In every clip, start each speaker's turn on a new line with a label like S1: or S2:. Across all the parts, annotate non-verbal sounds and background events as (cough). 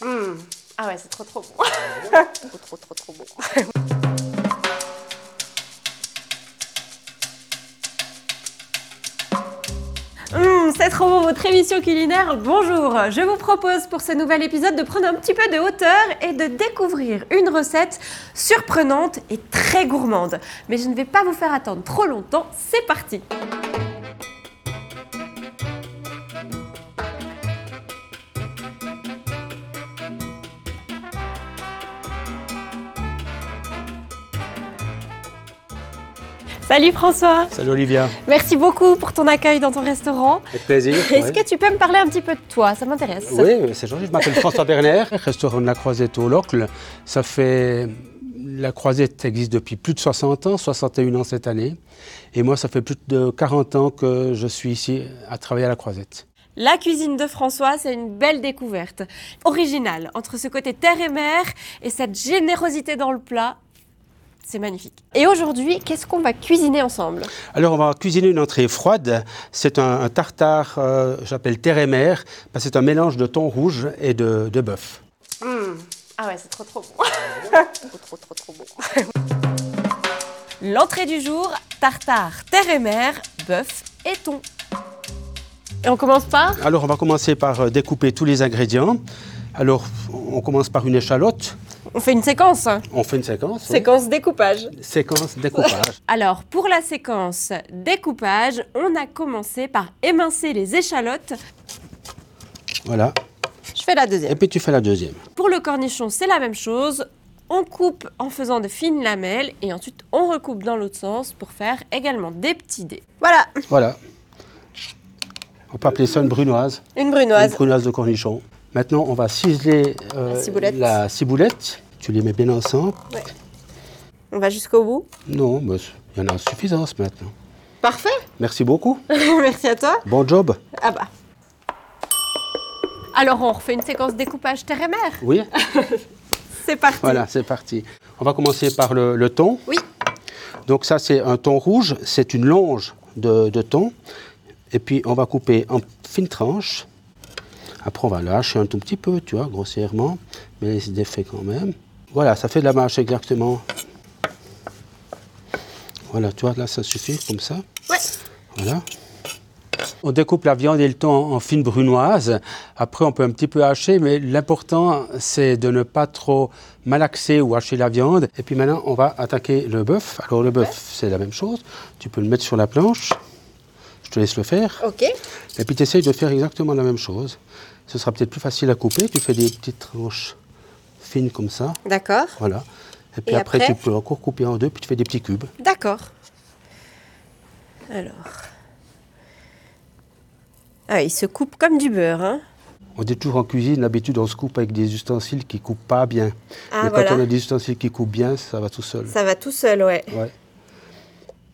S1: Mmh. Ah ouais, c'est trop trop (laughs) bon. trop trop trop trop bon. Mmh, c'est trop bon votre émission culinaire. Bonjour. Je vous propose pour ce nouvel épisode de prendre un petit peu de hauteur et de découvrir une recette surprenante et très gourmande. Mais je ne vais pas vous faire attendre trop longtemps. C'est parti. Salut François.
S2: Salut Olivia.
S1: Merci beaucoup pour ton accueil dans ton restaurant.
S2: Avec plaisir.
S1: Est-ce que tu peux me parler un petit peu de toi Ça m'intéresse.
S2: Oui, c'est gentil. Je m'appelle François Berner, (laughs) restaurant de la Croisette au Locle. Ça fait. La Croisette existe depuis plus de 60 ans, 61 ans cette année. Et moi, ça fait plus de 40 ans que je suis ici à travailler à la Croisette.
S1: La cuisine de François, c'est une belle découverte, originale, entre ce côté terre et mer et cette générosité dans le plat. C'est magnifique. Et aujourd'hui, qu'est-ce qu'on va cuisiner ensemble
S2: Alors, on va cuisiner une entrée froide. C'est un, un tartare, euh, j'appelle terre et mer, parce que c'est un mélange de thon rouge et de, de bœuf.
S1: Mmh. Ah ouais, c'est trop trop (laughs) bon. trop trop trop trop bon. L'entrée du jour, tartare, terre et mer, bœuf et thon. Et on commence par
S2: Alors, on va commencer par euh, découper tous les ingrédients. Alors, on commence par une échalote.
S1: On fait une séquence. hein.
S2: On fait une séquence. oui.
S1: Séquence découpage.
S2: Séquence découpage.
S1: Alors, pour la séquence découpage, on a commencé par émincer les échalotes.
S2: (laughs) voilà.
S1: Je fais la
S2: Et
S1: deuxième.
S2: puis tu fais la deuxième.
S1: Pour le cornichon, c'est la même chose. On coupe en faisant de fines lamelles et ensuite on recoupe dans l'autre sens pour faire également des petits dés. Voilà,
S2: Voilà. On peut appeler ça une brunoise.
S1: une
S2: Une
S1: brunoise.
S2: brunoise de cornichon. Maintenant, on va ciseler euh,
S1: La ciboulette.
S2: la ciboulette. Tu les mets bien ensemble.
S1: On va jusqu'au bout.
S2: Non, mais il y en a en suffisance maintenant.
S1: Parfait.
S2: Merci beaucoup.
S1: (laughs) Merci à toi.
S2: Bon job.
S1: Ah bah. Alors on refait une séquence découpage terre et mer. (laughs)
S2: Oui,
S1: C'est parti.
S2: voilà, c'est parti. On va commencer par le, le thon.
S1: Oui.
S2: Donc ça, c'est un thon rouge. C'est une longe de, de thon. Et puis, on va couper en fines tranches. Après, on va le hacher un tout petit peu, tu vois, grossièrement. Mais c'est des faits quand même. Voilà, ça fait de la mâche exactement. Voilà, tu vois, là, ça suffit comme ça.
S1: Ouais.
S2: Voilà. On découpe la viande et le thon en fines brunoises. Après, on peut un petit peu hacher, mais l'important, c'est de ne pas trop malaxer ou hacher la viande. Et puis maintenant, on va attaquer le bœuf. Alors, le bœuf, c'est la même chose. Tu peux le mettre sur la planche. Je te laisse le faire.
S1: Ok.
S2: Et puis, tu essayes de faire exactement la même chose. Ce sera peut-être plus facile à couper. Tu fais des petites tranches fines comme ça.
S1: D'accord.
S2: Voilà. Et puis
S1: Et
S2: après,
S1: après
S2: tu peux encore couper en deux, puis tu fais des petits cubes.
S1: D'accord. Alors. Ah, il se coupe comme du beurre, hein
S2: On dit toujours en cuisine, d'habitude on se coupe avec des ustensiles qui coupent pas bien.
S1: Ah,
S2: Mais
S1: voilà.
S2: quand on a des ustensiles qui coupent bien, ça va tout seul.
S1: Ça va tout seul, ouais.
S2: Ouais.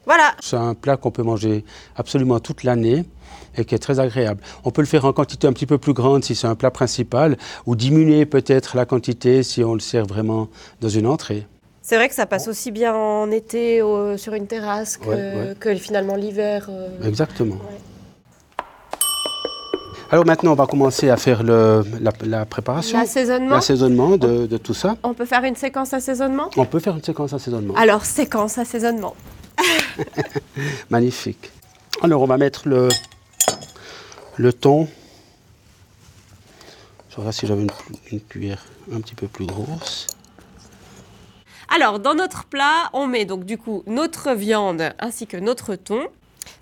S1: Voilà.
S2: C'est un plat qu'on peut manger absolument toute l'année et qui est très agréable. On peut le faire en quantité un petit peu plus grande si c'est un plat principal ou diminuer peut-être la quantité si on le sert vraiment dans une entrée.
S3: C'est vrai que ça passe aussi bien en été euh, sur une terrasse que,
S2: Oh. Ouais, Bah, ouais.
S3: que finalement l'hiver. euh.
S2: Exactement. Alors maintenant, on va commencer à faire le- la, la préparation,
S1: L'assaisonnement.
S2: l'assaisonnement de, de tout ça.
S1: On peut faire une séquence assaisonnement
S2: On peut faire une séquence assaisonnement.
S1: Alors, séquence assaisonnement.
S2: Magnifique. Alors, on va mettre le, le thon. Je regarde si j'avais une, une cuillère un petit peu plus grosse.
S1: Alors, dans notre plat, on met donc du coup notre viande ainsi que notre thon.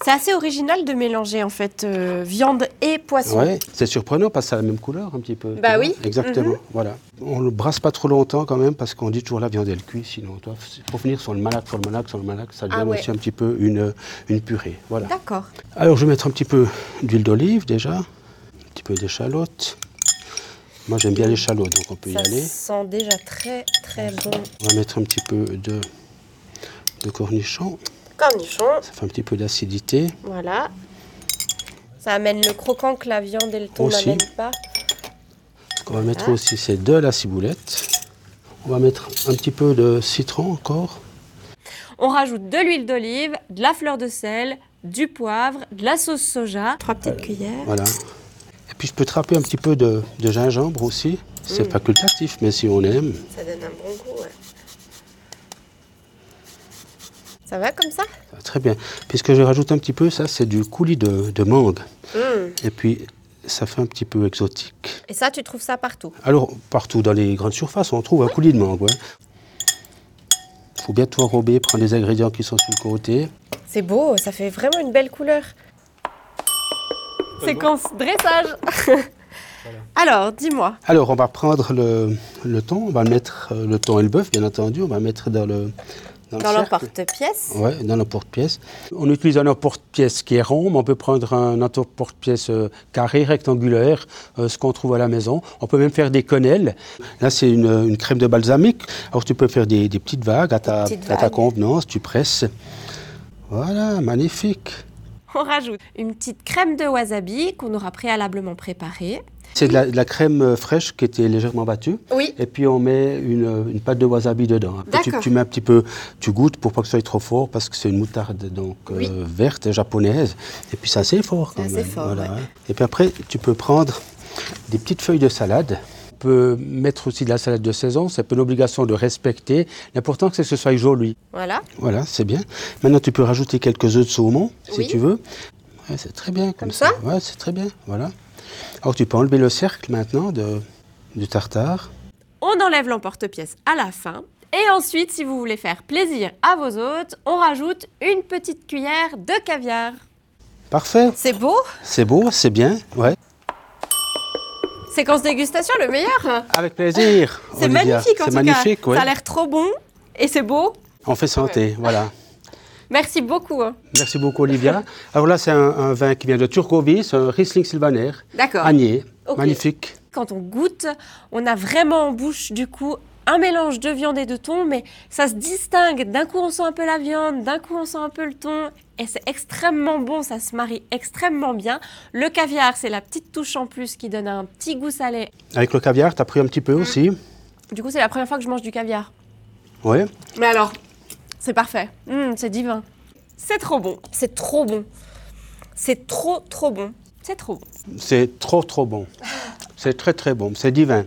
S3: C'est assez original de mélanger en fait euh, viande et poisson.
S2: Ouais, c'est surprenant parce que ça a la même couleur un petit peu. tu
S1: Bah
S2: vois.
S1: oui.
S2: Exactement, voilà. On le brasse pas trop longtemps quand même parce qu'on dit toujours la viande elle cuit, sinon toi, pour finir sur le malac, sur le malac, sur le malac, ça devient
S1: Ah ouais.
S2: aussi un petit peu une, une purée. Voilà.
S1: D'accord.
S2: Alors, je vais mettre un petit peu d'huile d'olive déjà, un petit peu d'échalote. Moi, j'aime bien l'échalote, donc on peut y
S3: Ça
S2: aller.
S3: sent déjà très très bon.
S2: On va mettre un petit peu de, de cornichon.
S3: Cornichon,
S2: Ça fait un petit peu d'acidité.
S3: voilà. Ça amène le croquant que la viande et le thon
S2: Aussi.
S3: n'amènent pas.
S2: Ce qu'on va mettre aussi, c'est de la ciboulette. On va mettre un petit peu de citron encore.
S1: On rajoute de l'huile d'olive, de la fleur de sel, du poivre, de la sauce soja.
S3: Trois petites cuillères.
S2: Voilà. Et puis, je peux trapper un petit peu de, de gingembre aussi. C'est facultatif, mais si on aime.
S3: Ça donne un bon goût. ouais. Ça va comme ça
S2: Ah, Très bien. Puisque je rajoute un petit peu, ça c'est du coulis de, de mangue.
S3: Hmm.
S2: Et puis ça fait un petit peu exotique.
S3: Et ça, tu trouves ça partout.
S2: Alors partout dans les grandes surfaces, on trouve un coulis de mangue. Il faut bien tout enrober, prendre les ingrédients qui sont sur le côté.
S3: C'est beau, ça fait vraiment une belle couleur. Séquence dressage. (laughs) Alors, dis-moi.
S2: Alors on va prendre le, le thon, on va le mettre euh, le thon et le bœuf, bien entendu, on va mettre dans le le
S3: Dans
S2: cercle.
S3: l'emporte-pièce,
S2: Ouais, dans l'emporte-pièce. On utilise un emporte-pièce qui est rond, mais on peut prendre un emporte-pièce euh, carré, rectangulaire, euh, ce qu'on trouve à la maison. On peut même faire des quenelles. Là, c'est une, une crème de balsamique. Alors, tu peux faire des, des petites vagues à ta,
S3: petites
S2: à ta
S3: vagues.
S2: convenance, tu presses. Voilà, magnifique.
S3: on rajoute une petite crème de wasabi qu'on aura préalablement préparée.
S2: C'est de la, de la crème euh, fraîche qui était légèrement battue.
S3: Oui.
S2: Et puis on met une, une pâte de wasabi dedans. Après, tu,
S3: D'accord.
S2: tu mets un petit peu, tu goûtes pour pas que ce soit trop fort parce que c'est une moutarde donc euh,
S3: Oui.
S2: verte japonaise. Et puis c'est assez fort quand
S3: C'est
S2: même.
S3: assez fort, ouais.
S2: Et puis après, tu peux prendre des petites feuilles de salade. On peut mettre aussi de la salade de saison. C'est pas une obligation de respecter. L'important c'est que ce soit joli.
S3: Voilà.
S2: Voilà, c'est bien. Maintenant, tu peux rajouter quelques œufs de saumon, si
S3: Oui.
S2: tu veux. Ouais, c'est très bien comme,
S3: Comme ça
S2: Ouais, c'est très bien, voilà. Alors, tu peux enlever le cercle maintenant de, du tartare.
S1: On enlève l'emporte-pièce à la fin. Et ensuite, si vous voulez faire plaisir à vos hôtes, on rajoute une petite cuillère de caviar.
S2: Parfait,
S3: C'est beau
S2: c'est beau, c'est bien, ouais.
S1: Séquence dégustation, le meilleur
S2: Avec plaisir,
S1: C'est
S2: Olivia.
S1: magnifique en tout
S2: C'est magnifique,
S1: cas.
S2: ouais.
S1: Ça a l'air trop bon et c'est beau.
S2: On fait santé, voilà.
S1: Merci beaucoup. hein.
S2: Merci beaucoup, Olivia. Alors là, c'est un, un vin qui vient de Turgovie, c'est un Riesling Sylvaner,
S1: D'accord.
S2: Agnier,
S1: Ah. Ok.
S2: magnifique.
S1: Quand on goûte, on a vraiment en bouche du coup un mélange de viande et de thon, mais ça se distingue. D'un coup on sent un peu la viande, d'un coup on sent un peu le thon, et c'est extrêmement bon, ça se marie extrêmement bien. Le caviar, c'est la petite touche en plus qui donne un petit goût salé.
S2: Avec le caviar, t'as pris un petit peu aussi,
S1: Du coup c'est la première fois que je mange du caviar.
S2: ouais.
S1: Mais alors, c'est parfait. Hum, c'est divin. C'est trop bon. C'est trop bon. C'est trop trop bon. C'est trop bon. (laughs)
S2: C'est trop, trop bon. C'est très, très bon. C'est divin.